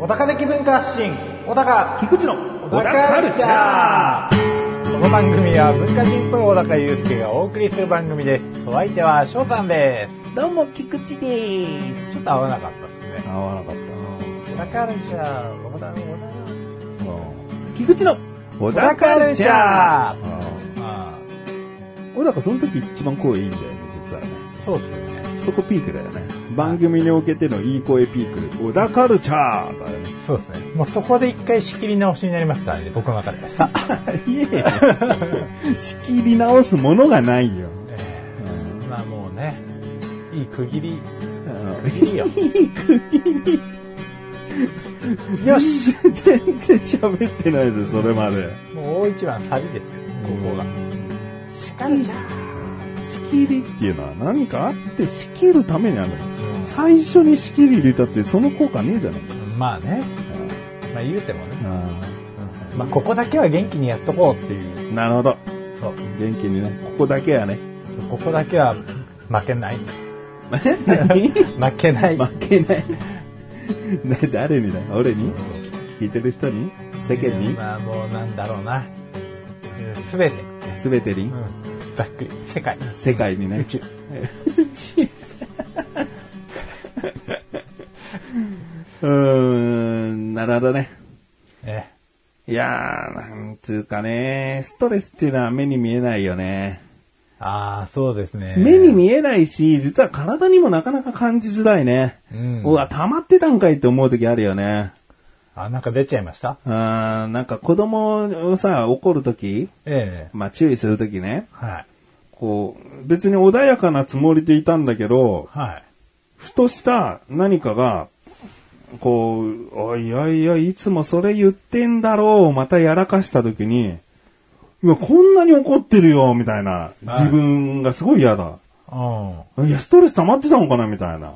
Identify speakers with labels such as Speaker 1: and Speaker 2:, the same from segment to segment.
Speaker 1: 小高的文化発信小高菊池の小
Speaker 2: 高カルチャ
Speaker 1: ーこの番組は文化人っぽい小高祐介がお送りする番組ですお相手は翔さんです
Speaker 2: どうも、菊池
Speaker 1: ち
Speaker 2: で
Speaker 1: ょ
Speaker 2: ー
Speaker 1: っ
Speaker 2: す。
Speaker 1: と合わなかったですね
Speaker 2: 合わなかっ
Speaker 1: 小高カルチャー小高小高
Speaker 2: た。菊池の、小
Speaker 1: 田カルチャー
Speaker 2: ー。
Speaker 1: あ
Speaker 2: 小高、その時一番声いいんだよね、実はね。
Speaker 1: あそうっすね
Speaker 2: そこピークだよね。番組におけてのいい声ピーク。小田カルチャーだよね。
Speaker 1: そうですねもうそこで一回仕切り直しになりますからね僕の中でさ、
Speaker 2: いえ、 仕切り直すものがないよ。
Speaker 1: ええまあもうねいい区切り
Speaker 2: うん
Speaker 1: 区切 りよよし
Speaker 2: 全然喋ってないで、それまで。
Speaker 1: もう大一番サビですよここが
Speaker 2: 仕切り。仕切りっていうのは何かあって仕切るためにあるの。最初に仕切り入れたってその効果ねえじゃないか。
Speaker 1: まあねまあ言うてもね、
Speaker 2: あ
Speaker 1: まあここだけは元気にやっとこうっていう
Speaker 2: あなるほど。
Speaker 1: そう
Speaker 2: 元気にね。ここだけはね。
Speaker 1: そうここだけは負けない 負けない
Speaker 2: 負けない。ね、誰にだ俺に聞いてる人に世間に
Speaker 1: まあもうなんだろうなすべて、
Speaker 2: 全てに
Speaker 1: うん、ざっくり世界
Speaker 2: 世界にね。宇宙。 うーん、なるほどね。
Speaker 1: え
Speaker 2: いやー、なんつうかね、ストレスっていうのは目に見えないよね。
Speaker 1: ああそうですね
Speaker 2: 目に見えないし、実は体にもなかなか感じづらいね。
Speaker 1: うん
Speaker 2: うわ、溜まってたんかいって思う時あるよね。
Speaker 1: あなんか出ちゃいました
Speaker 2: あーなんか子供をさ、怒る時
Speaker 1: ええ
Speaker 2: まあ注意する時ね。
Speaker 1: はい
Speaker 2: こう、別に穏やかなつもりでいたんだけど、
Speaker 1: はい
Speaker 2: ふとした何かが、こう、おいおいおい、いつもそれ言ってんだろう、またやらかした時に、うわ、こんなに怒ってるよ、みたいな。
Speaker 1: はい
Speaker 2: 自分がすごい嫌だ。
Speaker 1: う
Speaker 2: いや、ストレス溜まってたのかな、みたいな。
Speaker 1: ん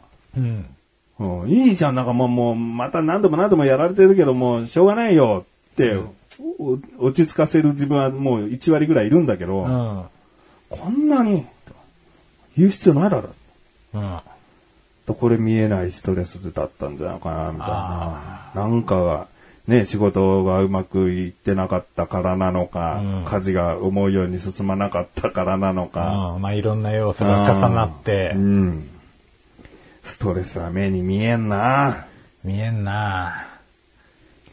Speaker 1: うん
Speaker 2: うん、いいじゃん、なんかもう、もう、また何度も何度もやられてるけど、もう、しょうがないよって、お落ち着かせる自分はもう1割ぐらいいるんだけど、
Speaker 1: うん
Speaker 2: こんなに、言う必要ないだろ。
Speaker 1: うん
Speaker 2: と、これ見えないストレスだったんじゃないかな、みたいな。なんかが、ね、仕事がうまくいってなかったからなのか、
Speaker 1: うん
Speaker 2: 家事が思うように進まなかったからなのか、
Speaker 1: うんまあいろんな要素が重なって
Speaker 2: うん。ストレスは目に見えんな。
Speaker 1: 見えんな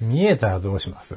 Speaker 1: 見えたらどうします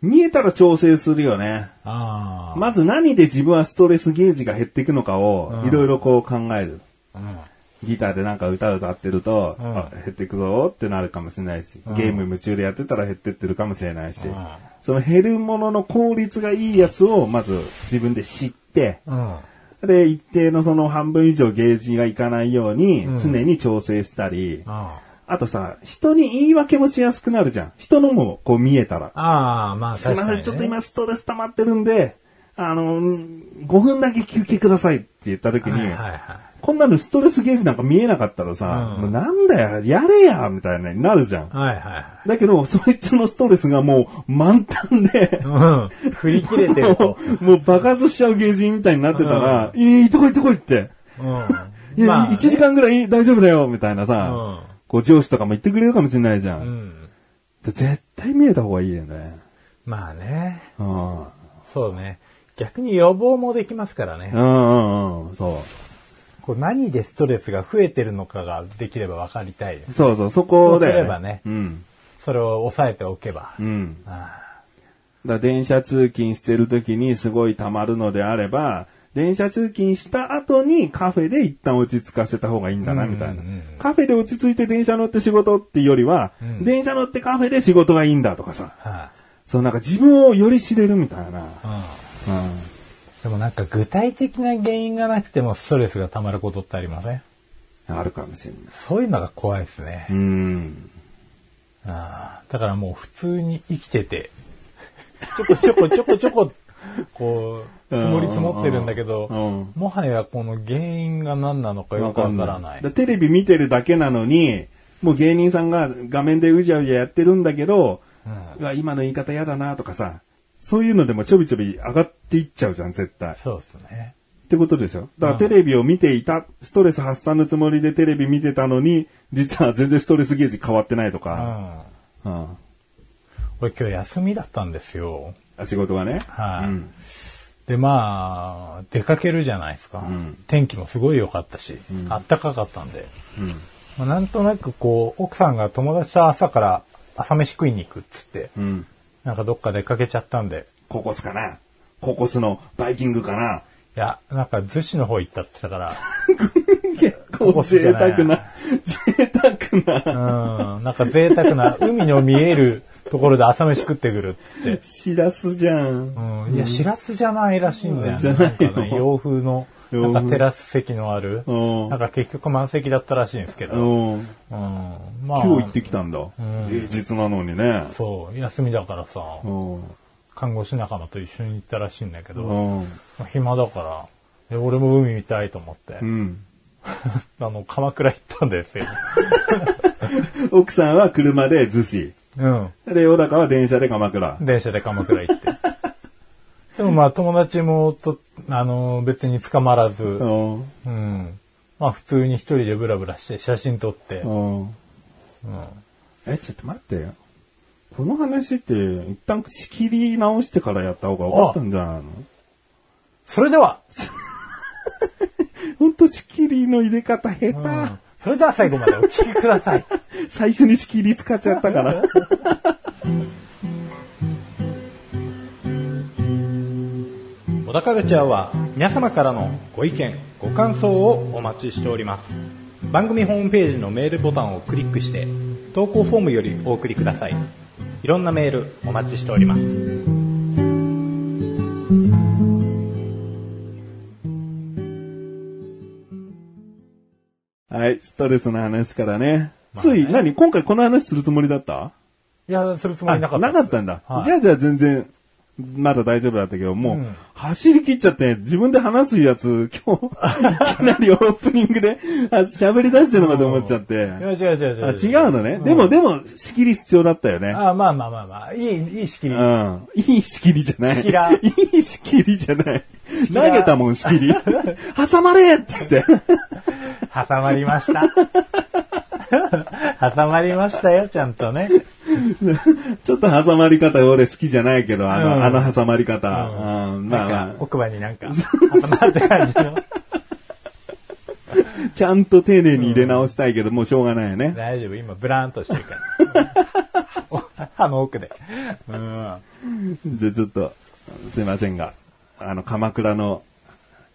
Speaker 2: 見えたら調整するよね。
Speaker 1: ああ。
Speaker 2: まず何で自分はストレスゲージが減っていくのかを、いろいろこう考える。
Speaker 1: うん。
Speaker 2: ギターでなんか歌歌ってると、
Speaker 1: うん
Speaker 2: あ減っていくぞってなるかもしれないし、ゲーム夢中でやってたら減ってってるかもしれないし、
Speaker 1: うん
Speaker 2: その減るものの効率がいいやつをまず自分で知って、
Speaker 1: うん。
Speaker 2: で、一定のその半分以上ゲージがいかないように
Speaker 1: うん
Speaker 2: 常に調整したり、
Speaker 1: あ
Speaker 2: あとさ、人に言い訳もしやすくなるじゃん。人のもこう見えたら。
Speaker 1: あ、まあ、
Speaker 2: すいません、
Speaker 1: 確
Speaker 2: ちょっ
Speaker 1: か
Speaker 2: と
Speaker 1: にね。
Speaker 2: 今ストレス溜まってるんで、あの、5分だけ休憩くださいって言った時に、
Speaker 1: はいはいはい。
Speaker 2: こんなのストレスゲージなんか見えなかったらさ、
Speaker 1: うん
Speaker 2: もうなんだよ、やれやみたいなになるじゃん。
Speaker 1: はいは
Speaker 2: だけど、そいつのストレスがもう満タンで
Speaker 1: い、はい。うん。振り切れてる
Speaker 2: も
Speaker 1: と。
Speaker 2: うもう爆発しちゃうゲージみたいになってたら、いい行ってこい行ってこいって。
Speaker 1: う
Speaker 2: い
Speaker 1: ん。
Speaker 2: や、
Speaker 1: まあ、
Speaker 2: 1時間ぐらい大丈夫だよ、みたいなさ、
Speaker 1: うん
Speaker 2: こう上司とかも言ってくれるかもしれないじゃん。
Speaker 1: うん。
Speaker 2: で絶対見えた方がいいよね。
Speaker 1: まあね。
Speaker 2: うん。うん
Speaker 1: そうね。逆に予防もできますからね。
Speaker 2: うんうん。そう。
Speaker 1: こう何でストレスが増えてるのかができれば分かりたいです。
Speaker 2: そうそう、そこだ
Speaker 1: そう
Speaker 2: よ、ね。
Speaker 1: すればね
Speaker 2: うん。
Speaker 1: それを抑えておけば。
Speaker 2: うん。
Speaker 1: あ
Speaker 2: だから電車通勤してる時にすごい溜まるのであれば、電車通勤した後にカフェで一旦落ち着かせた方がいいんだな、みたいな。カフェで落ち着いて電車乗って仕事っていうよりは、
Speaker 1: うん
Speaker 2: 電車乗ってカフェで仕事がいいんだとかさ。
Speaker 1: あは
Speaker 2: そうなんか自分をより知れるみたいな。
Speaker 1: あ。うん。
Speaker 2: うん。
Speaker 1: でもなんか具体的な原因がなくてもストレスが溜まることってありません
Speaker 2: あるかもしれない。
Speaker 1: そういうのが怖いですね
Speaker 2: う。ん。
Speaker 1: あーだからもう普通に生きてて、ちょこちょこちょこちょこ、こう、積もり積もってるんだけ
Speaker 2: うん
Speaker 1: ど、もはやこの原因が何なのかよくわからない。
Speaker 2: だテレビ見てるだけなのに、もう芸人さんが画面でうじゃうじゃやってるんだけど、
Speaker 1: うん
Speaker 2: うわ今の言い方嫌だなとかさ、そういうのでもちょびちょび上がっていっちゃうじゃん、絶対。っ
Speaker 1: そうですね。
Speaker 2: てことでしょだからテレビを見ていた、ストレス発散のつもりでテレビ見てたのに、実は全然ストレスゲージ変わってないと
Speaker 1: う
Speaker 2: か。
Speaker 1: ん。
Speaker 2: うん。
Speaker 1: 俺今日休みだったんですよ。
Speaker 2: あ仕事がね。
Speaker 1: はい
Speaker 2: うん。
Speaker 1: で、まあ、出かけるじゃないですか。
Speaker 2: ん
Speaker 1: 天気もすごい良かったし、あったかかったんで。
Speaker 2: うん。
Speaker 1: まあ、なんとなくこう、奥さんが友達と朝から朝飯食いに行くっつって、
Speaker 2: うん。
Speaker 1: なんかどっか出かけちゃったんで、
Speaker 2: ココスかなココスのバイキングかない
Speaker 1: や、なんか逗子の方行ったって言ってたか
Speaker 2: 結
Speaker 1: コ
Speaker 2: 構
Speaker 1: コスじ
Speaker 2: 贅
Speaker 1: ゃない
Speaker 2: 沢な、贅沢 な、
Speaker 1: ら、うん、なんか贅沢な海の見えるところで朝飯食ってくるっつって。
Speaker 2: しらすじゃ。
Speaker 1: うんん、いや、しらすじゃないらしいんだよ、ね。
Speaker 2: じゃないよ
Speaker 1: んかね洋風の、
Speaker 2: 洋風
Speaker 1: なんかテラス席のある、
Speaker 2: うん
Speaker 1: なんか結局満席だったらしいんですけ
Speaker 2: う
Speaker 1: ど、
Speaker 2: ん。
Speaker 1: うん、まあ、
Speaker 2: 今日行ってきたんだ。平日なのにね。
Speaker 1: そう、休みだからさ、
Speaker 2: うん。
Speaker 1: 看護師仲間と一緒に行ったらしいんだけど、
Speaker 2: うん。
Speaker 1: 暇だから、え俺も海見たいと思って、
Speaker 2: うん。
Speaker 1: あの、鎌倉行ったんですよ。
Speaker 2: 奥さんは車で逗子。
Speaker 1: うん。
Speaker 2: で、小高は電車で鎌倉。
Speaker 1: 電車で鎌倉行って。 でもまあ友達もと、あの、別に捕まら
Speaker 2: う
Speaker 1: ず、
Speaker 2: ん。
Speaker 1: うん。まあ普通に一人でブラブラして写真撮って、
Speaker 2: うん。え、ちょっと待ってよ。この話って、一旦仕切り直してからやった方が良かったんじゃないの
Speaker 1: それでは、
Speaker 2: ほんと仕切りの入れ方下手。
Speaker 1: うんそれでは最後までお聞きくださ い。
Speaker 2: 最初に仕切り使っちゃっ たから。
Speaker 1: 小田カルチャーは皆様からのご意見、ご感想をお待ちしております。番組ホームページのメールボタンをクリックして、投稿フォームよりお送りください。いろんなメールお待ちしております。
Speaker 2: はい、ストレスの話からね。
Speaker 1: まあ
Speaker 2: つ
Speaker 1: ね
Speaker 2: い、何今回この話するつもりだった
Speaker 1: いや、するつも
Speaker 2: あ
Speaker 1: りなかったです。
Speaker 2: んだ。
Speaker 1: はい
Speaker 2: じゃあじゃあ全然、まだ大丈夫だったけど、もう、
Speaker 1: うん
Speaker 2: 走り切っちゃって、自分で話すやつ、今日、 いきなりオープニングで、あ喋り出してるのかと思っちゃって。
Speaker 1: いや違う違う違う
Speaker 2: あ違うのね。でも、でも、仕切り必要だったよね。
Speaker 1: あまあまあまあまあ、いい、いい仕切り。
Speaker 2: うん。いい仕切りじゃない。
Speaker 1: 仕切ら
Speaker 2: いい仕切りじゃない。
Speaker 1: 切
Speaker 2: 投
Speaker 1: ら
Speaker 2: げたもん、仕 切り。挟まれっつって。
Speaker 1: 挟まりました。 挟まりましたよ、ちゃんとね。
Speaker 2: ちょっと挟まり方俺好きじゃないけど、あの、
Speaker 1: うん
Speaker 2: あの挟まり方。
Speaker 1: うん
Speaker 2: うんま
Speaker 1: なん
Speaker 2: あま
Speaker 1: か、奥歯になんか、挟まって感じの。
Speaker 2: あ、ちゃんと丁寧に入れ直したいけど、もうしょうがないよね。
Speaker 1: 大丈夫、今、ブラーンとしてるから。 歯の奥で。うん。
Speaker 2: じゃあちょっと、すいませんが、あの、鎌倉の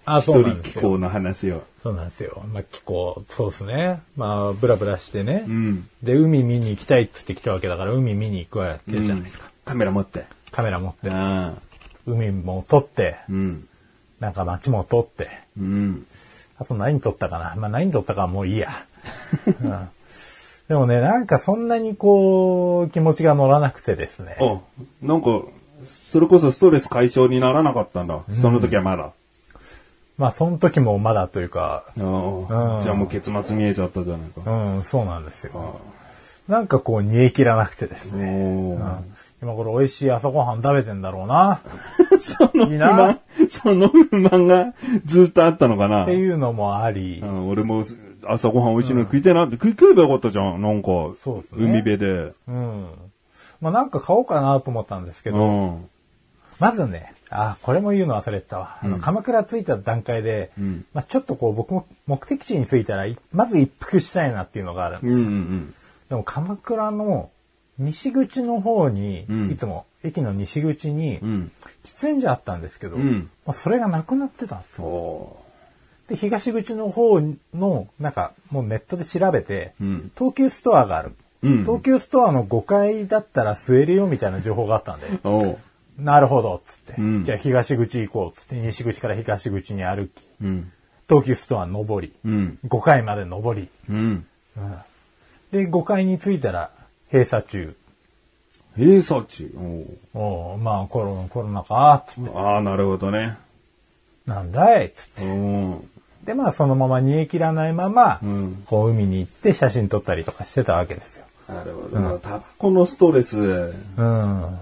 Speaker 1: あ、
Speaker 2: 一人気候。の話を。
Speaker 1: そうなんですよ。まあ、気候、そうですね。まあ、ブラブラしてね。
Speaker 2: うん。
Speaker 1: で、海見に行きたいっつって来たわけだから、海見に行くわけじゃないですか。
Speaker 2: カメラ持って。
Speaker 1: カメラ持って、
Speaker 2: ああ。
Speaker 1: 海も撮って、
Speaker 2: うん。
Speaker 1: なんか街も撮って、
Speaker 2: うん。
Speaker 1: あと何撮ったかな。まあ、何撮ったかはもういい や。うんでもね、なんかそんなにこう、気持ちが乗らなくてですね。
Speaker 2: あ、なんか、それこそストレス解消にならなかったんだ。その時はまだ。
Speaker 1: まあ、その時もまだというか、
Speaker 2: あ
Speaker 1: う
Speaker 2: あ。
Speaker 1: ん
Speaker 2: じゃあもう結末見えちゃったじゃないか。
Speaker 1: うん、そうなんですよ。なんかこう、煮え切らなくてですね。
Speaker 2: おー
Speaker 1: 今頃美味しい朝ごはん食べてんだろうな。
Speaker 2: そ
Speaker 1: い
Speaker 2: の
Speaker 1: い
Speaker 2: 不満
Speaker 1: な、
Speaker 2: その不満がずっとあったのかな
Speaker 1: って。いうのもあり
Speaker 2: う、ん俺も朝ごはん美味しいの食いてえなって食い食えばよかったじゃん。なんか
Speaker 1: そうです、ね
Speaker 2: 海辺で。
Speaker 1: うん。まあなんか買おうかなと思ったんですけ
Speaker 2: う
Speaker 1: ど、
Speaker 2: ん。
Speaker 1: まずね、あ、これも言うの忘れてたわ。あの、鎌倉着いた段階で、
Speaker 2: ん
Speaker 1: まあちょっとこう僕も目的地に着いたら、いまず一服したいなっていうのがあるん
Speaker 2: う
Speaker 1: で
Speaker 2: ん
Speaker 1: す。
Speaker 2: うん
Speaker 1: でも鎌倉の西口の方に、
Speaker 2: うん
Speaker 1: いつも駅の西口に、
Speaker 2: うん。うん。
Speaker 1: 喫煙所あったんですけど、
Speaker 2: うん
Speaker 1: まあそれがなくなってたんですよ。
Speaker 2: お
Speaker 1: で、東口の方の、なんか、もうネットで調べて、
Speaker 2: うん
Speaker 1: 東急ストアがある。
Speaker 2: うん
Speaker 1: 東急ストアの5階だったら吸えるよみたいな情報があ ったんで、
Speaker 2: ーおう
Speaker 1: なるほど、つって。
Speaker 2: うん
Speaker 1: じゃあ東口行こう、つって、西口から東口に歩き、
Speaker 2: うん。
Speaker 1: 東急ストア上り、
Speaker 2: うん。
Speaker 1: 5階まで上り、
Speaker 2: うん。
Speaker 1: で、5階に着いたら閉鎖中。
Speaker 2: 閉鎖地。おう
Speaker 1: おうまあコロコロナか、つって。
Speaker 2: ああ、なるほどね。
Speaker 1: なんだい、つって。
Speaker 2: うん。
Speaker 1: で、まあそのまま煮え切らないまま、
Speaker 2: ん
Speaker 1: こう海に行って写真撮ったりとかしてたわけですよ。
Speaker 2: なるほど。タバコのストレス、
Speaker 1: うん。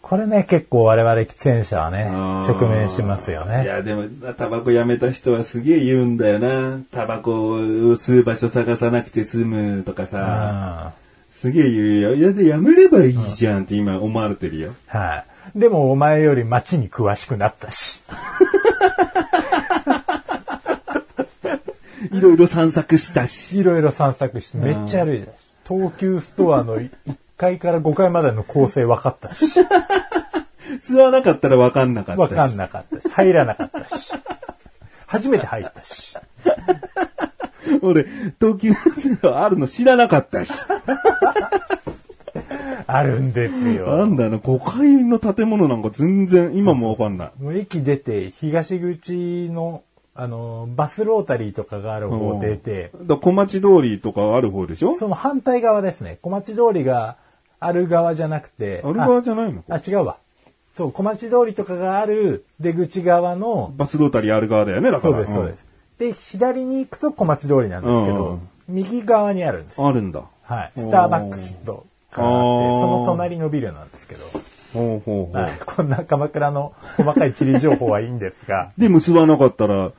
Speaker 1: これね、結構我々喫煙者はね、
Speaker 2: うん
Speaker 1: 直面しますよ
Speaker 2: い
Speaker 1: ね。
Speaker 2: や、でも、タバコやめた人はすげえ言うんだよな。タバコを吸う場所探さなくて済むとかさ。
Speaker 1: は
Speaker 2: すげえ言うよ。いや、で、やめればいいじゃんって今思われてるよ。
Speaker 1: い。でもお前より街に詳しくなったし。
Speaker 2: いろいろ散策したし。
Speaker 1: いろいろ散策して、めっちゃ歩いたし。東急ストアの1階から5階までの構成分かったし、
Speaker 2: 吸わなかったらわかんなかった
Speaker 1: 分
Speaker 2: し。
Speaker 1: かんなかったし、入らなかったし、初めて入ったし。
Speaker 2: 俺、東急ストアあるの知らなかった し。
Speaker 1: あるんです
Speaker 2: な
Speaker 1: よ。
Speaker 2: んだよな、5階の建物なんか全然今もわかんない。
Speaker 1: もう駅出て、東口の、あの、バスロータリーとかがある方出て、
Speaker 2: だから小町通りとかある方でしょ
Speaker 1: その反対側ですね。小町通りがある側じゃなくて、
Speaker 2: ある側じゃないの
Speaker 1: あ、あ違うわ。そう、小町通りとかがある出口側の、
Speaker 2: バスロータリーある側だよね、だか
Speaker 1: そう
Speaker 2: ら。
Speaker 1: です、そうで
Speaker 2: ん
Speaker 1: す。で、左に行くと小町通りなんですけ
Speaker 2: う
Speaker 1: ど
Speaker 2: ん、
Speaker 1: 右側にあるんです。
Speaker 2: あるんだ。
Speaker 1: はい。
Speaker 2: おー
Speaker 1: スターバックスとかあっ
Speaker 2: お
Speaker 1: て、
Speaker 2: ー
Speaker 1: その隣のビルなんですけど、
Speaker 2: ほうほうほう。、
Speaker 1: はい。こんな鎌倉の細かい地理情報はいいんですが
Speaker 2: で、結ばなかったら、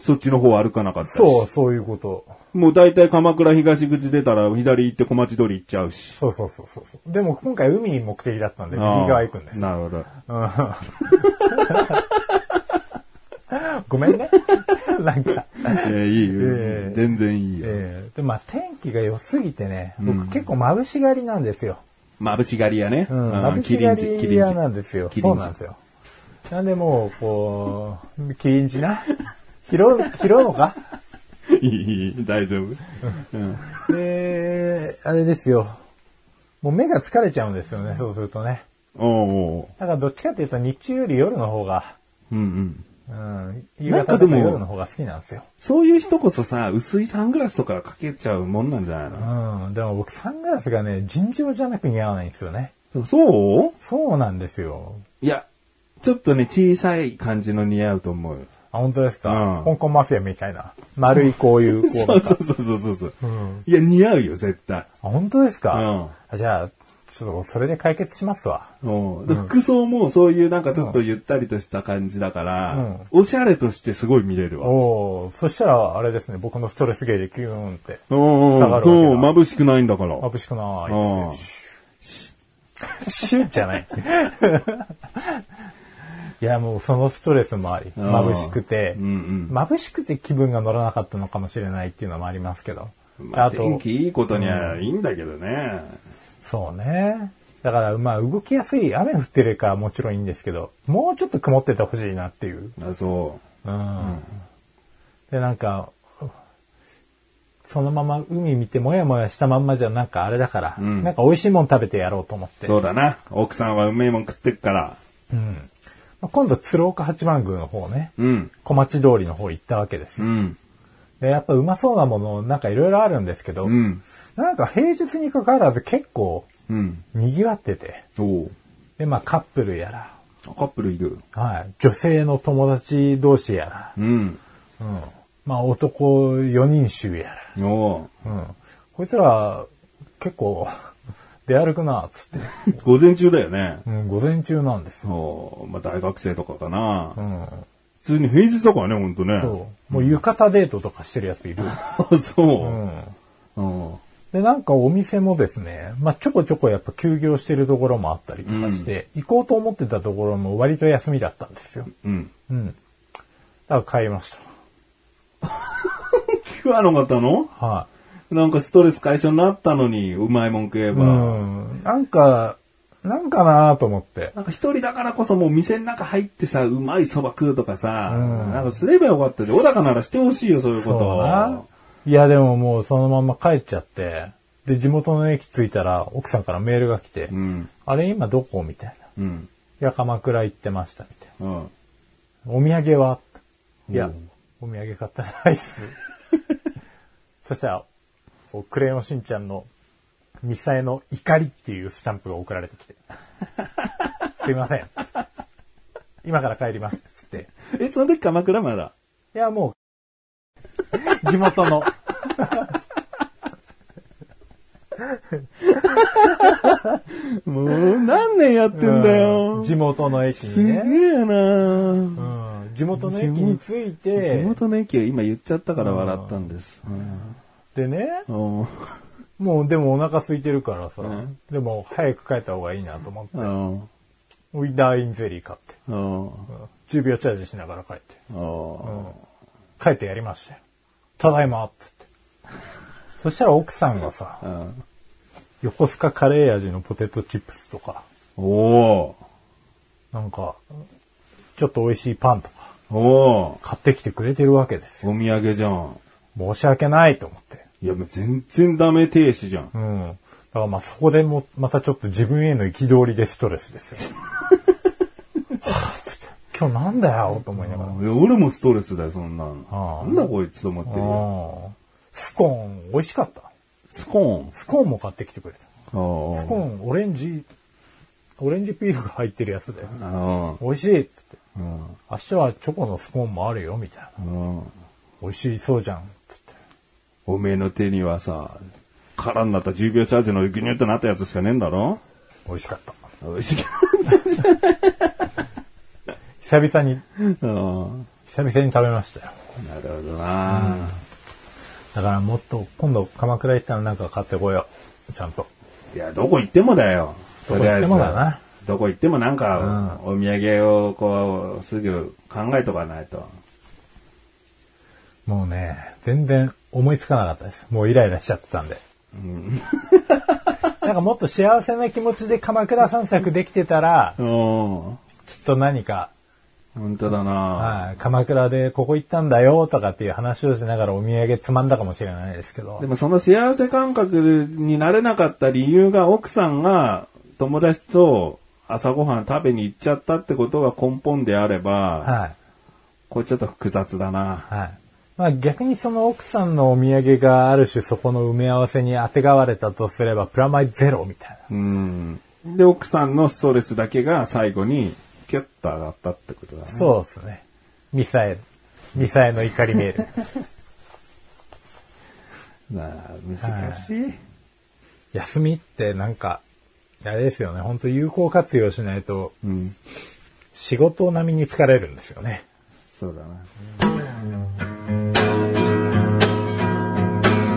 Speaker 2: そっちの方歩かなかったし。
Speaker 1: そう、そういうこと。
Speaker 2: もう大体鎌倉東口出たら左行って小町通り行っちゃうし。
Speaker 1: そうそうそうそうそう。でも今回海目的だったんで、右側行くんです。
Speaker 2: なるほど。
Speaker 1: ごめんね。 なんか。
Speaker 2: えー、いいよ、
Speaker 1: えー
Speaker 2: 全然いいよ。
Speaker 1: ええで、まあ天気が良すぎてね、僕結構眩しがりなんですよ。
Speaker 2: 眩しがり屋ね。
Speaker 1: うん、
Speaker 2: うん
Speaker 1: まぶしがり屋なんですよ。
Speaker 2: キリ
Speaker 1: そ
Speaker 2: ンジ
Speaker 1: うなんですよ。なんでもう、こう、キリンジな。 拾う、拾うのか
Speaker 2: いい、いい、大丈夫。うん。
Speaker 1: で、あれですよ。もう目が疲れちゃうんですよね、そうするとね。
Speaker 2: おうおう
Speaker 1: だからどっちかっていうと日中より夜の方が、
Speaker 2: うんうん。
Speaker 1: うん、夕
Speaker 2: なんか
Speaker 1: 方
Speaker 2: で
Speaker 1: と
Speaker 2: も
Speaker 1: か夜の方が好きなんですよ。
Speaker 2: そういう人こそさ、薄いサングラスとかかけちゃうもんなんじゃないの、
Speaker 1: うん、でも僕サングラスがね、尋常じゃなく似合わないんですよね。
Speaker 2: そう
Speaker 1: そうなんですよ。
Speaker 2: いや、ちょっとね、小さい感じの似合うと思うよ。
Speaker 1: あ、本当ですか、
Speaker 2: うん
Speaker 1: 香港マフィアみたいな。丸いこういう、こう
Speaker 2: そ
Speaker 1: なん
Speaker 2: う
Speaker 1: か
Speaker 2: そうそうそうそう。いや、似合うよ、絶対。
Speaker 1: あ、本当ですか、
Speaker 2: うん
Speaker 1: あじゃあ、ちょっとそれで解決しますわ。
Speaker 2: うんで服装もそういうなんかちょっとゆったりとした感じだから、
Speaker 1: うん
Speaker 2: おしゃれとしてすごい見れるわ。
Speaker 1: おおそしたら、あれですね、僕のストレス芸でキューンって、
Speaker 2: うんう
Speaker 1: 下
Speaker 2: ん
Speaker 1: がるわけだ
Speaker 2: そう、眩しくないんだから。
Speaker 1: 眩しくな
Speaker 2: う
Speaker 1: ーい
Speaker 2: ん
Speaker 1: っつって、シュッシュッじゃ ない。いや、もうそのストレスもあり、
Speaker 2: ん
Speaker 1: 眩しくて、
Speaker 2: うんうん
Speaker 1: 眩しくて気分が乗らなかったのかもしれないっていうのもありますけど。
Speaker 2: まあ、天気いいことにはいいんだけどね。
Speaker 1: そうね。だから、まあ、動きやすい、雨降ってるからもちろんいいんですけど、もうちょっと曇っててほしいなっていう。
Speaker 2: あそ
Speaker 1: うん。で、なんか、そのまま海見てもやもやしたまんまじゃなんかあれだから、
Speaker 2: ん
Speaker 1: なんか美味しいもん食べてやろうと思っ
Speaker 2: う。
Speaker 1: て。
Speaker 2: そうだな。奥さんはうめえもん食ってっから。
Speaker 1: うん。まあ今度、鶴岡八幡宮の方ね、
Speaker 2: うん。
Speaker 1: 小町通りの方行ったわけです
Speaker 2: う
Speaker 1: よ。
Speaker 2: ん。
Speaker 1: で、やっぱうまそうなもの、なんかいろいろあるんですけど、
Speaker 2: うん。
Speaker 1: なんか平日にかかわらず結構
Speaker 2: うん。
Speaker 1: 賑わってて、
Speaker 2: おう
Speaker 1: で、まあカップルやら、
Speaker 2: あカップルいる。
Speaker 1: はい。女性の友達同士や
Speaker 2: うん。
Speaker 1: ら、うん。まあ男4人衆や
Speaker 2: おう
Speaker 1: ら、うん。こいつら、結構、出歩くな、つって。
Speaker 2: 午前中だよね。
Speaker 1: うん、午前中なんですよ。
Speaker 2: おうまあ、大学生とかかな。
Speaker 1: うん。
Speaker 2: 普通に平日だからね、ほんとね。
Speaker 1: そう。もう浴衣デートとかしてるやついる。
Speaker 2: う。 そう
Speaker 1: ん。
Speaker 2: う。うん。うん
Speaker 1: で、なんかお店もですね、まあちょこちょこやっぱ休業してるところもあったりとかして、行こうと思ってたところも割と休みだったんですよ。
Speaker 2: うん。
Speaker 1: うん。だから帰りまし
Speaker 2: 食わなかったの
Speaker 1: た。はい。
Speaker 2: なんかストレス解消になったのに、うまいもん食えば。
Speaker 1: うん。なんか、なんかなと思って。
Speaker 2: なんか一人だからこそもう店の中入ってさ、うまい蕎麦食うとかさ、なんかすればよかったで、小高ならしてほしいよ、そういうこ
Speaker 1: そう
Speaker 2: と
Speaker 1: だ
Speaker 2: を。
Speaker 1: な。いや、でももうそのまんま帰っちゃって、で、地元の駅着いたら奥さんからメールが来て、
Speaker 2: うん。
Speaker 1: あれ今どこみたいな。い
Speaker 2: うん。
Speaker 1: や、鎌倉行ってました、みたい
Speaker 2: うん。
Speaker 1: な。お土産はいうや
Speaker 2: ん、
Speaker 1: お土産買ったないっ す。そしたら、こうクレヨンしんちゃんの、ミサエの怒りっていうスタンプが送られて きて。すいません。今から帰ります。つって。
Speaker 2: え、その時鎌倉まだ。
Speaker 1: いや、もう、地元の。
Speaker 2: もう何年やってんだよ。
Speaker 1: 地元の駅
Speaker 2: す
Speaker 1: に
Speaker 2: げ
Speaker 1: ね。
Speaker 2: えな
Speaker 1: うん地元の駅に着い
Speaker 2: 地
Speaker 1: て、
Speaker 2: 元の駅を今言っちゃったから笑ったんです。
Speaker 1: でね、
Speaker 2: うん。うん
Speaker 1: もうでもお腹空いてるからさ
Speaker 2: うん、
Speaker 1: でも早く帰った方がいいなと思って、
Speaker 2: うん。
Speaker 1: ウィダーインゼリー買って、
Speaker 2: うん。
Speaker 1: 10秒チャージしながら帰って、
Speaker 2: うん
Speaker 1: 帰ってやりましたよ。ただいまって言って。そしたら奥さんがさ、
Speaker 2: うん。
Speaker 1: 横須賀カレー味のポテトチップスとか、
Speaker 2: おー。
Speaker 1: なんか、ちょっと美味しいパンとか
Speaker 2: おー。
Speaker 1: 買ってきてくれてるわけですよ。
Speaker 2: お土産じゃん。
Speaker 1: 申し訳ないと思って。
Speaker 2: いや、もう全然ダメ停止じゃん。
Speaker 1: うん。だからまあそこでも、またちょっと自分への憤りでストレスですよ。はぁ、つって、今日なんだよと思いながら。
Speaker 2: いや俺もストレスだよ、そんな
Speaker 1: あ
Speaker 2: の。
Speaker 1: あ
Speaker 2: なんだこいつと思ってるよ。
Speaker 1: うんスコーン、美味しかった。
Speaker 2: スコーン。
Speaker 1: スコーンも買ってきてくれた。
Speaker 2: スコ
Speaker 1: スコーン、オレンジ、オレンジピールが入ってるやつだよ。
Speaker 2: ーン。
Speaker 1: 美味しいっつって。
Speaker 2: うん。
Speaker 1: 明日はチョコのスコーンもあるよ、みたいな。
Speaker 2: うん。
Speaker 1: 美味しそうじゃん、つって。
Speaker 2: おめえの手にはさ、空になった10秒チャージのギュニュってなったやつしかねえんだ ろ
Speaker 1: 美味しかった。
Speaker 2: 美味しい。
Speaker 1: 久々に、
Speaker 2: うん。
Speaker 1: 久々に食べましたよ。
Speaker 2: なるほどな、
Speaker 1: だからもっと、今度鎌倉行ったらなんか買ってこよう。ちゃんと。
Speaker 2: いや、どこ行ってもだよ。
Speaker 1: どこ行ってもだな
Speaker 2: どこ行ってもなんか、お土産をこう、すぐ考えとかないと。
Speaker 1: もうね、全然思いつかなかったです。もうイライラしちゃってたんで。 なんかもっと幸せな気持ちで鎌倉散策できてたら、
Speaker 2: うん。本
Speaker 1: きっと何か、
Speaker 2: 当だな
Speaker 1: はい鎌倉でここ行ったんだよとかっていう話をしながらお土産つまんだかもしれないですけど
Speaker 2: で。もその幸せ感覚になれなかった理由が奥さんが友達と朝ごはん食べに行っちゃったってことが根本であれば、
Speaker 1: はい。
Speaker 2: これちょっと複雑だな。
Speaker 1: はい。まあ逆にその奥さんのお土産がある種そこの埋め合わせに当てがわれたとすればプラマイゼロみたいな。
Speaker 2: うん。で、奥さんのストレスだけが最後にキュッと上がったってことだね。
Speaker 1: そうですね。ミサイル。ミサイルの怒りメール。
Speaker 2: なあ難しい。
Speaker 1: 休みってなんか、あれですよね。本当有効活用しないと
Speaker 2: うん。
Speaker 1: 仕事並みに疲れるんですよね。
Speaker 2: そうだな。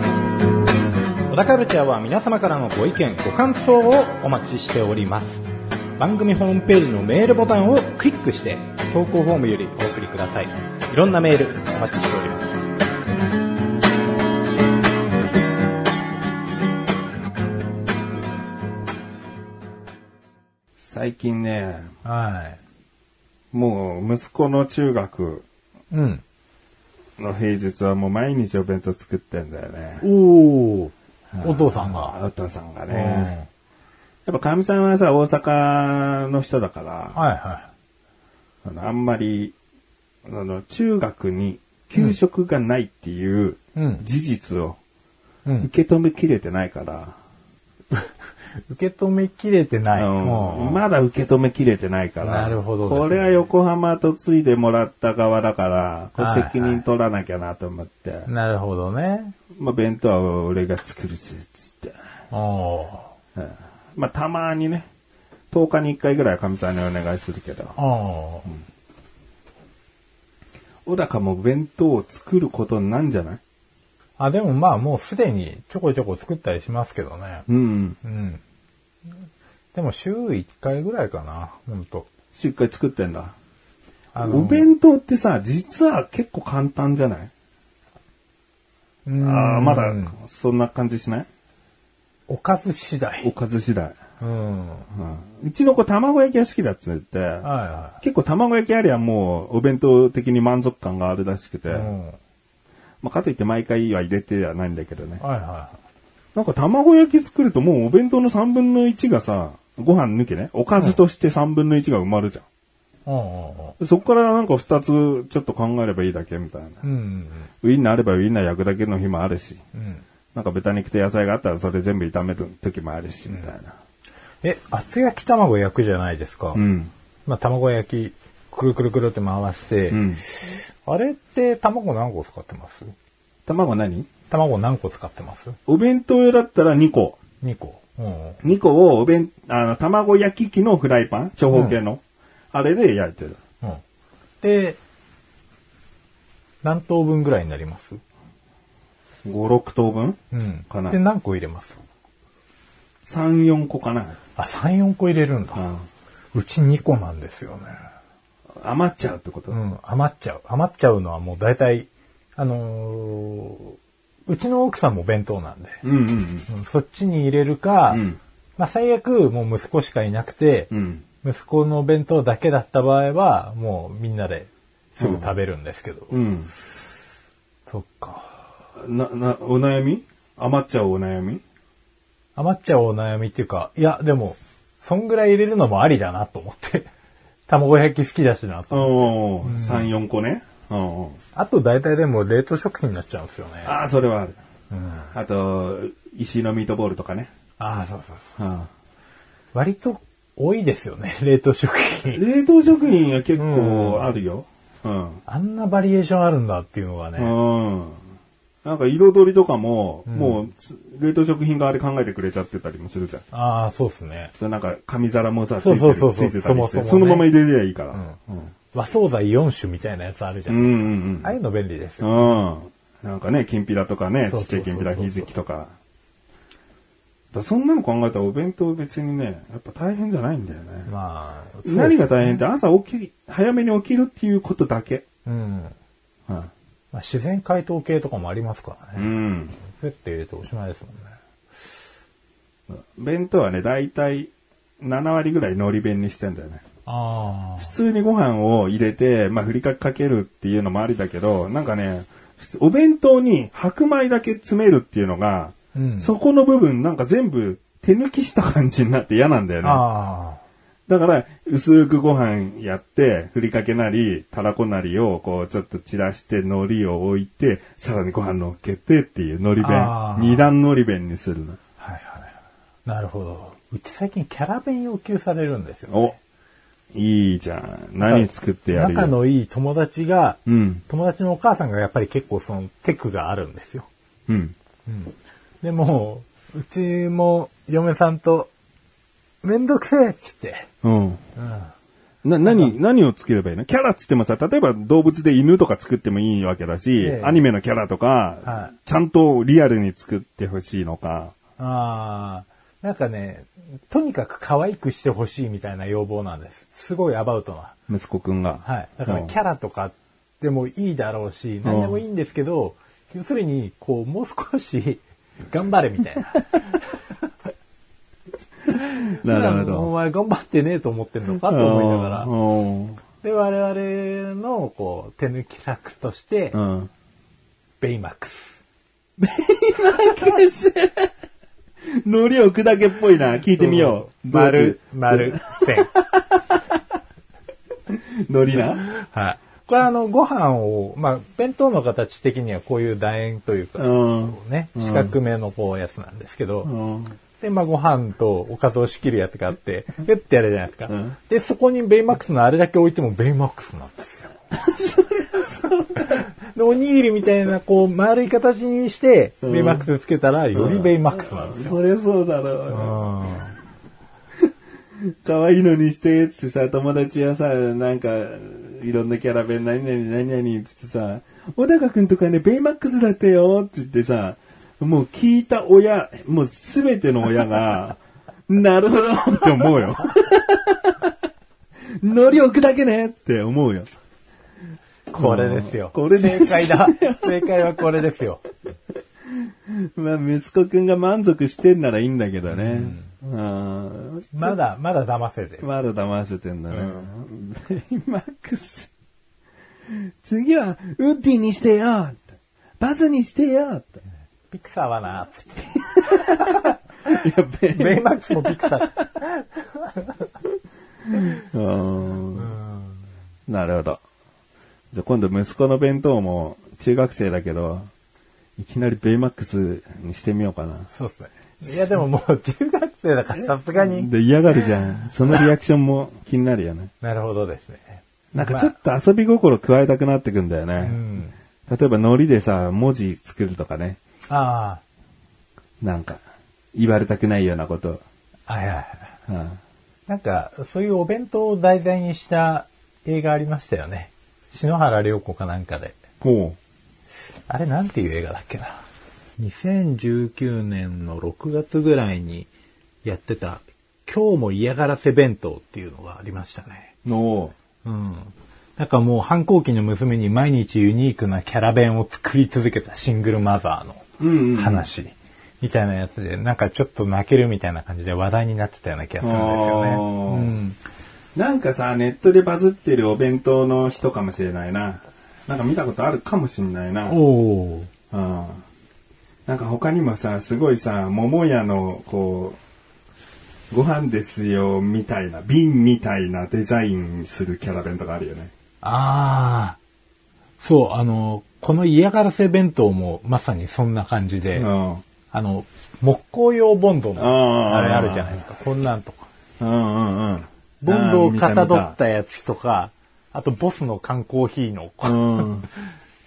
Speaker 3: 小田カルチャーは皆様からのご意見ご感想をお待ちしております番組ホームページのメールボタンをクリックして投稿フォームよりお送りくださいいろんなメールお待ちしております
Speaker 2: 最近ね、
Speaker 1: は
Speaker 2: もう息子の中学
Speaker 1: い。うん。
Speaker 2: の平日はもう毎日お弁当作ってんだよね。
Speaker 1: おお。お父さんが。
Speaker 2: お父さんが
Speaker 1: うん
Speaker 2: ね。やっぱかみさんはさ、大阪の人だから、
Speaker 1: はいは
Speaker 2: あの、あんまり、あの、中学に給食がないっていう
Speaker 1: うん
Speaker 2: 事実を
Speaker 1: い。うん。
Speaker 2: 受け止めきれてないから、
Speaker 1: 受け止めきれてない。
Speaker 2: あ
Speaker 1: う
Speaker 2: の
Speaker 1: ん
Speaker 2: まだ受け止めきれてないから、
Speaker 1: なるほどですね
Speaker 2: これは横浜と継いでもらった側だから、こ
Speaker 1: はい
Speaker 2: れ
Speaker 1: はい
Speaker 2: 責任取らなきゃなと思って、
Speaker 1: なるほどね。
Speaker 2: まあ弁当は俺が作るぜ、つって。
Speaker 1: おお。
Speaker 2: うんまあたまにね、10日に1回ぐらいはかみさんにお願いするけど、
Speaker 1: あ
Speaker 2: 小高も弁当を作ることになんじゃない
Speaker 1: あ。あ、でもまあもうすでにちょこちょこ作ったりしますけどね。
Speaker 2: うん。
Speaker 1: うん。でも週1回ぐらいかな、ほんと。
Speaker 2: しっかり作ってんだ。
Speaker 1: あ
Speaker 2: お弁当ってさ、実は結構簡単じゃないああ、まだ
Speaker 1: うん、
Speaker 2: そんな感じしない
Speaker 1: おかず次
Speaker 2: お
Speaker 1: 第。
Speaker 2: かず次第。
Speaker 1: うん。は
Speaker 2: うんうちの子卵焼きが好きだっつって、
Speaker 1: いは
Speaker 2: 結構卵焼きありゃもうお弁当的に満足感があるらしくて、
Speaker 1: い。うん。はい
Speaker 2: まあかといって毎回は入れてはないんだけどね。
Speaker 1: は
Speaker 2: なんか卵焼き作るともうお弁当の3分の1がさ、ご飯抜けね、おかずとして3分の1が埋まるじゃん。
Speaker 1: い。うんうん
Speaker 2: そこからなんか2つちょっと考えればいいだけみたいな。
Speaker 1: うん。
Speaker 2: ウィンナーあればウィンナー焼くだけの日もあるし、
Speaker 1: うんうん。
Speaker 2: なんか豚肉と野菜があったらそれ全部炒める時もあるし、みたいな。
Speaker 1: え、厚焼き卵焼くじゃないですか。
Speaker 2: うん。
Speaker 1: まあ、卵焼き、くるくるくるって回して、
Speaker 2: うん。
Speaker 1: あれって卵何個使ってます
Speaker 2: 卵何
Speaker 1: 卵何個使ってます
Speaker 2: お弁当用だったら2個。
Speaker 1: 2個。うん。
Speaker 2: 2個をお弁、あの、卵焼き器のフライパン長方形の、あれで焼いてる。
Speaker 1: うん。で、何等分ぐらいになります
Speaker 2: 5、6等分
Speaker 1: うん。
Speaker 2: かな
Speaker 1: で、何個入れます
Speaker 2: ?3、4個かな。
Speaker 1: あ、3、4個入れるんだ。
Speaker 2: うん
Speaker 1: うち2個なんですよね。
Speaker 2: 余っちゃうってこと、
Speaker 1: うん、余っちゃう。余っちゃうのはもう大体、あのーうちの奥さんも弁当なんで、
Speaker 2: うんうんうん。
Speaker 1: うんそっちに入れるか、
Speaker 2: うん
Speaker 1: まあ最悪もう息子しかいなくて、
Speaker 2: うん。
Speaker 1: 息子の弁当だけだった場合は、もうみんなですぐ食べるんですけど。
Speaker 2: うん。
Speaker 1: そっか。
Speaker 2: な、な、お悩み余っちゃうお悩み
Speaker 1: 余っちゃうお悩みっていうか、いや、でも、そんぐらい入れるのもありだなと思って。 卵焼き好きだしなと。
Speaker 2: おー、3、4個ね。うんうん。
Speaker 1: あと大体でも冷凍食品になっちゃうんですよね。
Speaker 2: ああ、それはある。あと、石のミートボールとかね。
Speaker 1: ああ、そうそうそう。
Speaker 2: うん
Speaker 1: 割と多いですよね、 冷凍食品。
Speaker 2: 冷凍食品は結構あるよ。うん。
Speaker 1: あんなバリエーションあるんだっていうのが
Speaker 2: う
Speaker 1: ね。
Speaker 2: ん。なんか彩りとかも、もうつ、冷凍食品側で考えてくれちゃってたりもするじゃん。
Speaker 1: ああ、そうですね。
Speaker 2: そうなんか、紙皿もさ、つい
Speaker 1: そう
Speaker 2: て
Speaker 1: そう
Speaker 2: る
Speaker 1: そう
Speaker 2: ついてたりして、
Speaker 1: そもそもね
Speaker 2: そのまま入れりゃいいから。うん。
Speaker 1: 和惣菜4種みたいなやつあるじゃ
Speaker 2: う
Speaker 1: なんいですか。
Speaker 2: うん
Speaker 1: ああいうの便利です
Speaker 2: う
Speaker 1: よ。
Speaker 2: ん。うん。なんかね、きんぴらとかね、
Speaker 1: そう
Speaker 2: ちっち
Speaker 1: そ
Speaker 2: ゃ
Speaker 1: うそうそう
Speaker 2: いきんぴら、ひじきとか。だからそんなの考えたらお弁当別にね、やっぱ大変じゃないんだよね。
Speaker 1: まあ、そう
Speaker 2: 何が大変って朝起き、早めに起きるっていうことだけ。
Speaker 1: うん。
Speaker 2: うん。
Speaker 1: まあ、自然解凍系とかもありますから
Speaker 2: う
Speaker 1: ね。
Speaker 2: ん。
Speaker 1: ふって入れておしまいですもんね。
Speaker 2: 弁当はね、だいたい7割ぐらい海苔弁にしてんだよね。
Speaker 1: あ
Speaker 2: 普通にご飯を入れて、まあ、ふりかけかけるっていうのもありだけど、なんかね、お弁当に白米だけ詰めるっていうのが、
Speaker 1: うん
Speaker 2: そこの部分なんか全部手抜きした感じになって嫌なんだよ
Speaker 1: あ。
Speaker 2: ね。
Speaker 1: あ
Speaker 2: だから、薄くご飯やって、ふりかけなり、たらこなりを、こう、ちょっと散らして、海苔を置いて、さらにご飯乗っけてっていう海苔
Speaker 1: あ
Speaker 2: 弁。
Speaker 1: ー
Speaker 2: 二段海苔弁にするの。
Speaker 1: あ。はいはい。なるほど。うち最近キャラ弁要求されるんですよ。
Speaker 2: お、いいじゃん。何作ってやる
Speaker 1: 仲
Speaker 2: よ。
Speaker 1: のいい友達が、
Speaker 2: うん、
Speaker 1: 友達のお母さんがやっぱり結構そのテクがあるんですよ。
Speaker 2: うん、
Speaker 1: でも、うちも嫁さんと、めんどくせえっつって。
Speaker 2: うん。
Speaker 1: うん。
Speaker 2: な、何、何を作ればいいのキャラっつってもさ、例えば動物で犬とか作ってもいいわけだし、
Speaker 1: ええ
Speaker 2: アニメのキャラとか、
Speaker 1: はい
Speaker 2: ちゃんとリアルに作ってほしいのか。
Speaker 1: ああ、なんかね、とにかく可愛くしてほしいみたいな要望なんです。すごいアバウトな。
Speaker 2: 息子くんが。
Speaker 1: はい。だから
Speaker 2: うん
Speaker 1: キャラとかでもいいだろうし、何でもいいんですけど、要するに、こう、もう少し頑張れみたいな。
Speaker 2: なるほ
Speaker 1: お
Speaker 2: ど。
Speaker 1: 前頑張ってねえと思ってんのかと思いながら。
Speaker 2: うん
Speaker 1: で、我々の、こう、手抜き策として
Speaker 2: う、ん。
Speaker 1: ベイマックス。
Speaker 2: 海苔を置くだけっぽいな。聞いてみよう。
Speaker 1: 丸、丸、線。
Speaker 2: 海 苔な。
Speaker 1: はい。これはあの、ご飯を、まあ、弁当の形的にはこういう楕円という
Speaker 2: う
Speaker 1: か、
Speaker 2: ん。
Speaker 1: ね、四角めのこうやつなんですけど、
Speaker 2: うん。
Speaker 1: で、まあ、ご飯とおかずを仕切るやつがあって、ペッてやるじゃないですか、
Speaker 2: ん
Speaker 1: で、そこにベイマックスのあれだけ置いてもベイマックスなん ですよ。で、おにぎりみたいな、こう、丸い形にして、
Speaker 2: うん
Speaker 1: ベイマックスつけたら、よりベイマックスなんですよ。
Speaker 2: そりゃそうだ
Speaker 1: う
Speaker 2: ろう。
Speaker 1: ん。
Speaker 2: 可愛いのにして、つってさ、友達はさ、なんか、いろんなキャラ弁、何々、何々、つってさ、小高くんとかね、ベイマックスだってよ、つってさ、もう聞いた親、もうすべての親が、 なるほどって思うよ。 海苔置くだけねって思うよ。
Speaker 1: これですよ。
Speaker 2: これです
Speaker 1: 正解だ。正解はこれですよ。
Speaker 2: まあ、息子くんが満足してんならいいんだけどね。あー
Speaker 1: まだ、まだ騙せてる。
Speaker 2: まだ騙せてんだね。ベイマックス。次は、ウッディにしてよってバズにしてよって
Speaker 1: ピクサーはな、つって。
Speaker 2: いやべえ
Speaker 1: ベイマックスもピクサー。
Speaker 2: うーんなるほど。じゃあ今度息子の弁当も中学生だけど、いきなりベイマックスにしてみようかな。
Speaker 1: そうっすね。いや、でももう中学生だからさすがに。
Speaker 2: で、嫌がるじゃん。そのリアクションも気になるよね。
Speaker 1: なるほどですね。
Speaker 2: なんかちょっと遊び心加えたくなってくんだよ
Speaker 1: う
Speaker 2: ね。
Speaker 1: ん。
Speaker 2: 例えば海苔でさ、文字作るとかね。
Speaker 1: ああ、
Speaker 2: なんか、言われたくないようなこと。
Speaker 1: はいはいはい。
Speaker 2: うん
Speaker 1: なんか、そういうお弁当を題材にした映画ありましたよね。篠原涼子かなんかで。
Speaker 2: ほ
Speaker 1: あれなんていう映画だっけな。2019年の6月ぐらいにやってた、今日も嫌がらせ弁当っていうのがありましたね。
Speaker 2: う。の
Speaker 1: うん。なんかもう反抗期の娘に毎日ユニークなキャラ弁を作り続けたシングルマザー
Speaker 2: うんうんう
Speaker 1: の
Speaker 2: ん
Speaker 1: 話みたいなやつで、なんかちょっと泣けるみたいな感じで話題になってたような気がするんですよね。
Speaker 2: あー
Speaker 1: うん
Speaker 2: なんかさ、ネットでバズってるお弁当の人かもしれないな。なんか見たことあるかもしれないな。うん。
Speaker 1: おー
Speaker 2: なんか他にもさ、すごいさ、桃屋の、こう、ご飯ですよ、みたいな、瓶みたいなデザインするキャラ弁とかあるよね。
Speaker 1: ああ。そう、あの、この嫌がらせ弁当もまさにそんな感じで、
Speaker 2: うん。
Speaker 1: あの、木工用ボンド
Speaker 2: あ
Speaker 1: の
Speaker 2: ー
Speaker 1: あれあるじゃないですか、こんなんとか。
Speaker 2: うんうんうん。
Speaker 1: ボンドをかたど
Speaker 2: あー
Speaker 1: っ
Speaker 2: 見た
Speaker 1: たやつとか、あとボスの缶コーヒーの、
Speaker 2: 見たうん。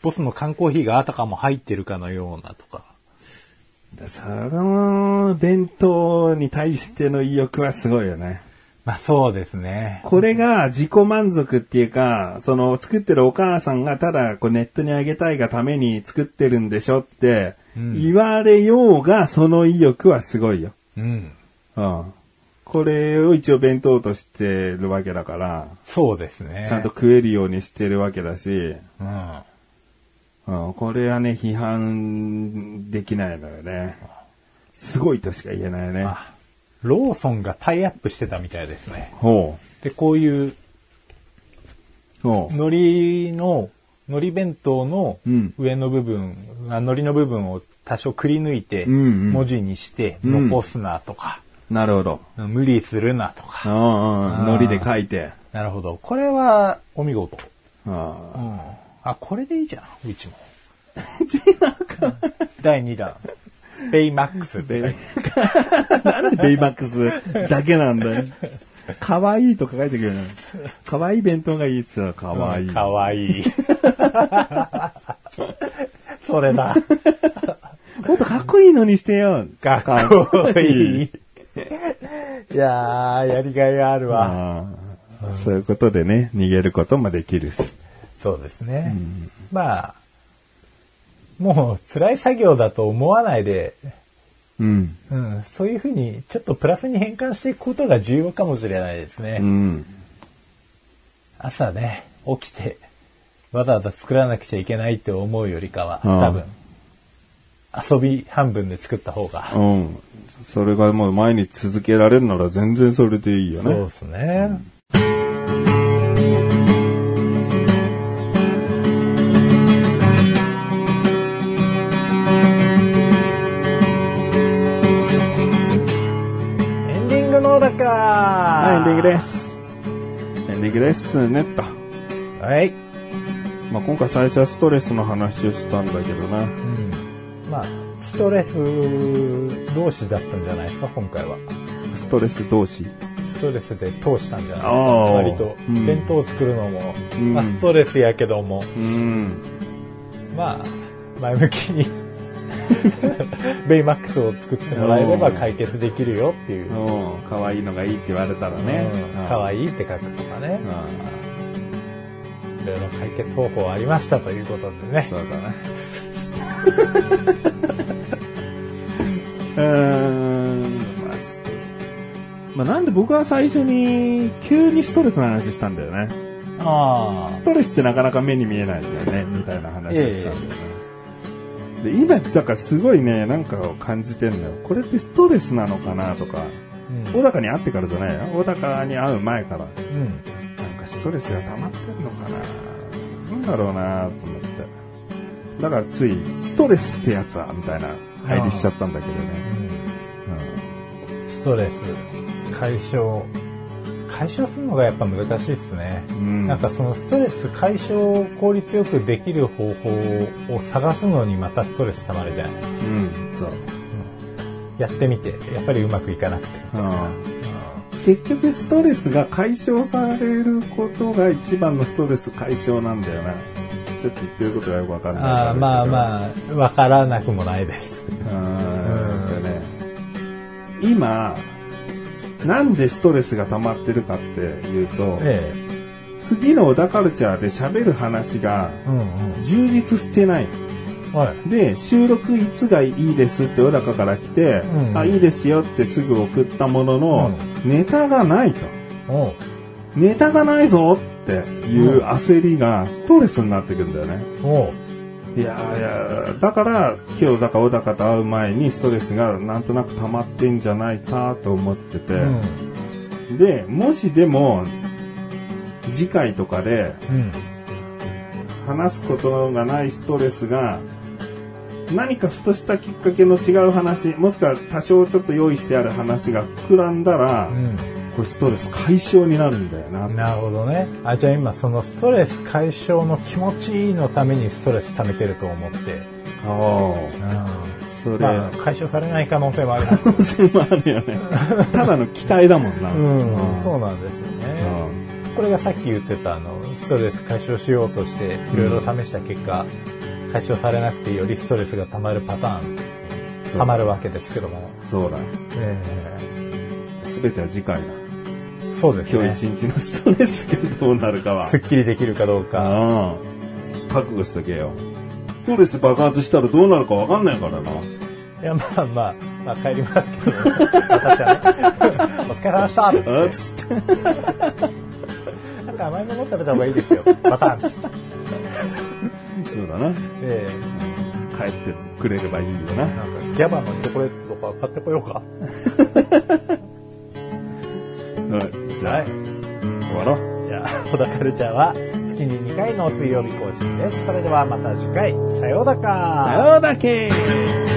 Speaker 1: ボスの缶コーヒーがあたかも入ってるかのようなとか。
Speaker 2: その弁当に対しての意欲はすごいよね。
Speaker 1: まあそうですね。
Speaker 2: これが自己満足っていうか、その作ってるお母さんがただこうネットにあげたいがために作ってるんでしょって
Speaker 1: うん
Speaker 2: 言われようがその意欲はすごいよ。
Speaker 1: うん。
Speaker 2: うん。これを一応弁当としてるわけだから、
Speaker 1: そうですね。
Speaker 2: ちゃんと。食えるようにしてるわけだし、
Speaker 1: うん。あ
Speaker 2: うん、これはね、批判できないのよね。すごいとしか言えないね。
Speaker 1: ローソンがタイアップしてたみたいですね。
Speaker 2: ほ
Speaker 1: で、こういう
Speaker 2: う。ほう。
Speaker 1: 海苔の、海苔弁当の
Speaker 2: うん
Speaker 1: 上の部分、あ海苔の部分を多少くり抜いて、
Speaker 2: うんうん
Speaker 1: 文字にして、
Speaker 2: うん
Speaker 1: 残すなとか、
Speaker 2: なるほど。
Speaker 1: 無理するなと
Speaker 2: う
Speaker 1: か。
Speaker 2: んうん。ノリで書いて。
Speaker 1: なるほど。これは、お見事。
Speaker 2: うん
Speaker 1: うん。あ、これでいいじゃん、うちも。 第2弾。ベイマックスって書い て
Speaker 2: なんでベイマックスだけなんだよ。かわいいとか書いてくるの。かわいい弁当がいいっつうのかわいい。
Speaker 1: かわいい。 それだ。
Speaker 2: もっとかっこいいのにしてよ。
Speaker 1: かっこ いい。いやー、やりがいがあるわ。
Speaker 2: ああそういうことでね、逃げることもできるし。
Speaker 1: そうですね。まあ、もう辛い作業だと思わないで、
Speaker 2: うん。
Speaker 1: うん、そういうふうにちょっとプラスに変換していくことが重要かもしれないですね。
Speaker 2: うん。
Speaker 1: 朝ね、起きて、わざわざ作らなくちゃいけないって思うよりかは、
Speaker 2: うん
Speaker 1: 多分、遊び半分で作った方が。
Speaker 2: うん。それがもう毎日続けられるなら全然それでいいよ
Speaker 1: そうで
Speaker 2: ね。
Speaker 1: すね。エンディングのだか
Speaker 2: はい、エ
Speaker 1: は
Speaker 2: ンディングです。エンディングですね、と。
Speaker 1: す。はい。
Speaker 2: まあ、今回最初はストレスの話をしたんだけどな。
Speaker 1: うん。まあ、ストレス同士だったんじゃないですか、今回は。
Speaker 2: ストレス同士。
Speaker 1: ストレスで通したんじゃないですか、
Speaker 2: ああ
Speaker 1: 割と
Speaker 2: う。ん
Speaker 1: 弁当を作るのも、
Speaker 2: うん
Speaker 1: まあ、ストレスやけども、
Speaker 2: うん。
Speaker 1: まあ、前向き に。ベイマックスを作ってもらえれば解決できるよっていう。
Speaker 2: うん、可愛いのがいいって言われたらね。
Speaker 1: かわ
Speaker 2: いい。
Speaker 1: いいって書くとかね
Speaker 2: う。ん、
Speaker 1: いろいろ解決方法ありましたということでね。
Speaker 2: そうだね。うーん、まあ、ちょっとまあ、なんで僕は最初に急にストレスの話したんだよね。
Speaker 1: あ
Speaker 2: ストレスってなかなか目に見えないんだよね、みたいな話をしたんだよね。で今、だからすごいね、なんかを感じてんのよ。これってストレスなのかなとか、
Speaker 1: うん
Speaker 2: 小高に会ってからじゃないよ。小高に会う前か
Speaker 1: う
Speaker 2: ら。
Speaker 1: ん。
Speaker 2: なんかストレスが溜まってんのかななんだろうなと思って。だからつい、ストレスってやつは、みたいな入りしちゃったんだけどね。
Speaker 1: ストレス解消。解消するのがやっぱ難しいですね。
Speaker 2: うん
Speaker 1: なんかそのストレス解消を効率よくできる方法を探すのにまたストレス溜まるじゃないですか。
Speaker 2: うん、そう。
Speaker 1: やってみて、やっぱりうまくいかなくて。
Speaker 2: うん、結局ストレスが解消されることが一番のストレス解消なんだよな。ちょっと言ってることがよくわかんない
Speaker 1: ああ、まあ
Speaker 2: あ。
Speaker 1: まあ、わからなくもないです。
Speaker 2: うん、なんかね。今、なんでストレスが溜まってるかっていうと、
Speaker 1: え
Speaker 2: 次の小田カルチャーで喋る話が
Speaker 1: え。うんう
Speaker 2: 充実してない。
Speaker 1: ん。はい。
Speaker 2: で、収録いつがいいですって小高から来て、
Speaker 1: うん
Speaker 2: あ、いいですよってすぐ送ったものの、ネタがないと。
Speaker 1: おう。
Speaker 2: ネタがないぞっていう焦りがストレスになってくんだよね。
Speaker 1: おう。
Speaker 2: いやーいやーだから今日だか小高と会う前にストレスがなんとなく溜まってんじゃないかと思ってて、
Speaker 1: うん。
Speaker 2: でもしでも次回とかで
Speaker 1: うん。
Speaker 2: 話すことがないストレスが何かふとしたきっかけの違う話もしくは多少ちょっと用意してある話が膨らんだら、これストレス解消になるんだよな
Speaker 1: うん。なるほどね。あ、じゃあ今そのストレス解消の気持ちいいのためにストレス溜めてると思って。
Speaker 2: おー
Speaker 1: うん。
Speaker 2: それ、
Speaker 1: まあ、解消されない可能性もあります。
Speaker 2: 可能性もあるよねただの期待だもんな、
Speaker 1: うん。
Speaker 2: う
Speaker 1: そ
Speaker 2: ん
Speaker 1: うなんですよね。
Speaker 2: うん
Speaker 1: これがさっき言ってたあのストレス解消しようとしていろいろ試した結果、解消されなくてよりストレスが溜まるパター
Speaker 2: そ
Speaker 1: ン
Speaker 2: う
Speaker 1: 溜まるわけですけども、
Speaker 2: そうだ。
Speaker 1: え
Speaker 2: すべては次回だ。
Speaker 1: えそうです
Speaker 2: 今
Speaker 1: ね
Speaker 2: 日一日のストレスがどうな るかは。
Speaker 1: すっきりできるかどうか、
Speaker 2: うん。覚悟しとけよ。ストレス爆発したらどうなるかわかんないからな。
Speaker 1: いやまあまあ、まあ、帰りますけど私は ねお疲れ様でしたっ
Speaker 2: あ
Speaker 1: つっ
Speaker 2: つって
Speaker 1: てなんか甘いもの食べた方がいいですよパターンっつって、
Speaker 2: そうだな。
Speaker 1: え
Speaker 2: 帰ってくれればいいよ
Speaker 1: え
Speaker 2: な。
Speaker 1: なんかギャバのチョコレートとか買ってこようか
Speaker 2: うん。じゃあ、
Speaker 1: はい
Speaker 2: 終わろう。
Speaker 1: じゃあ、小田カルチャーは月に2回の水曜日更新です。それではまた次回、さようだか
Speaker 2: さようだけー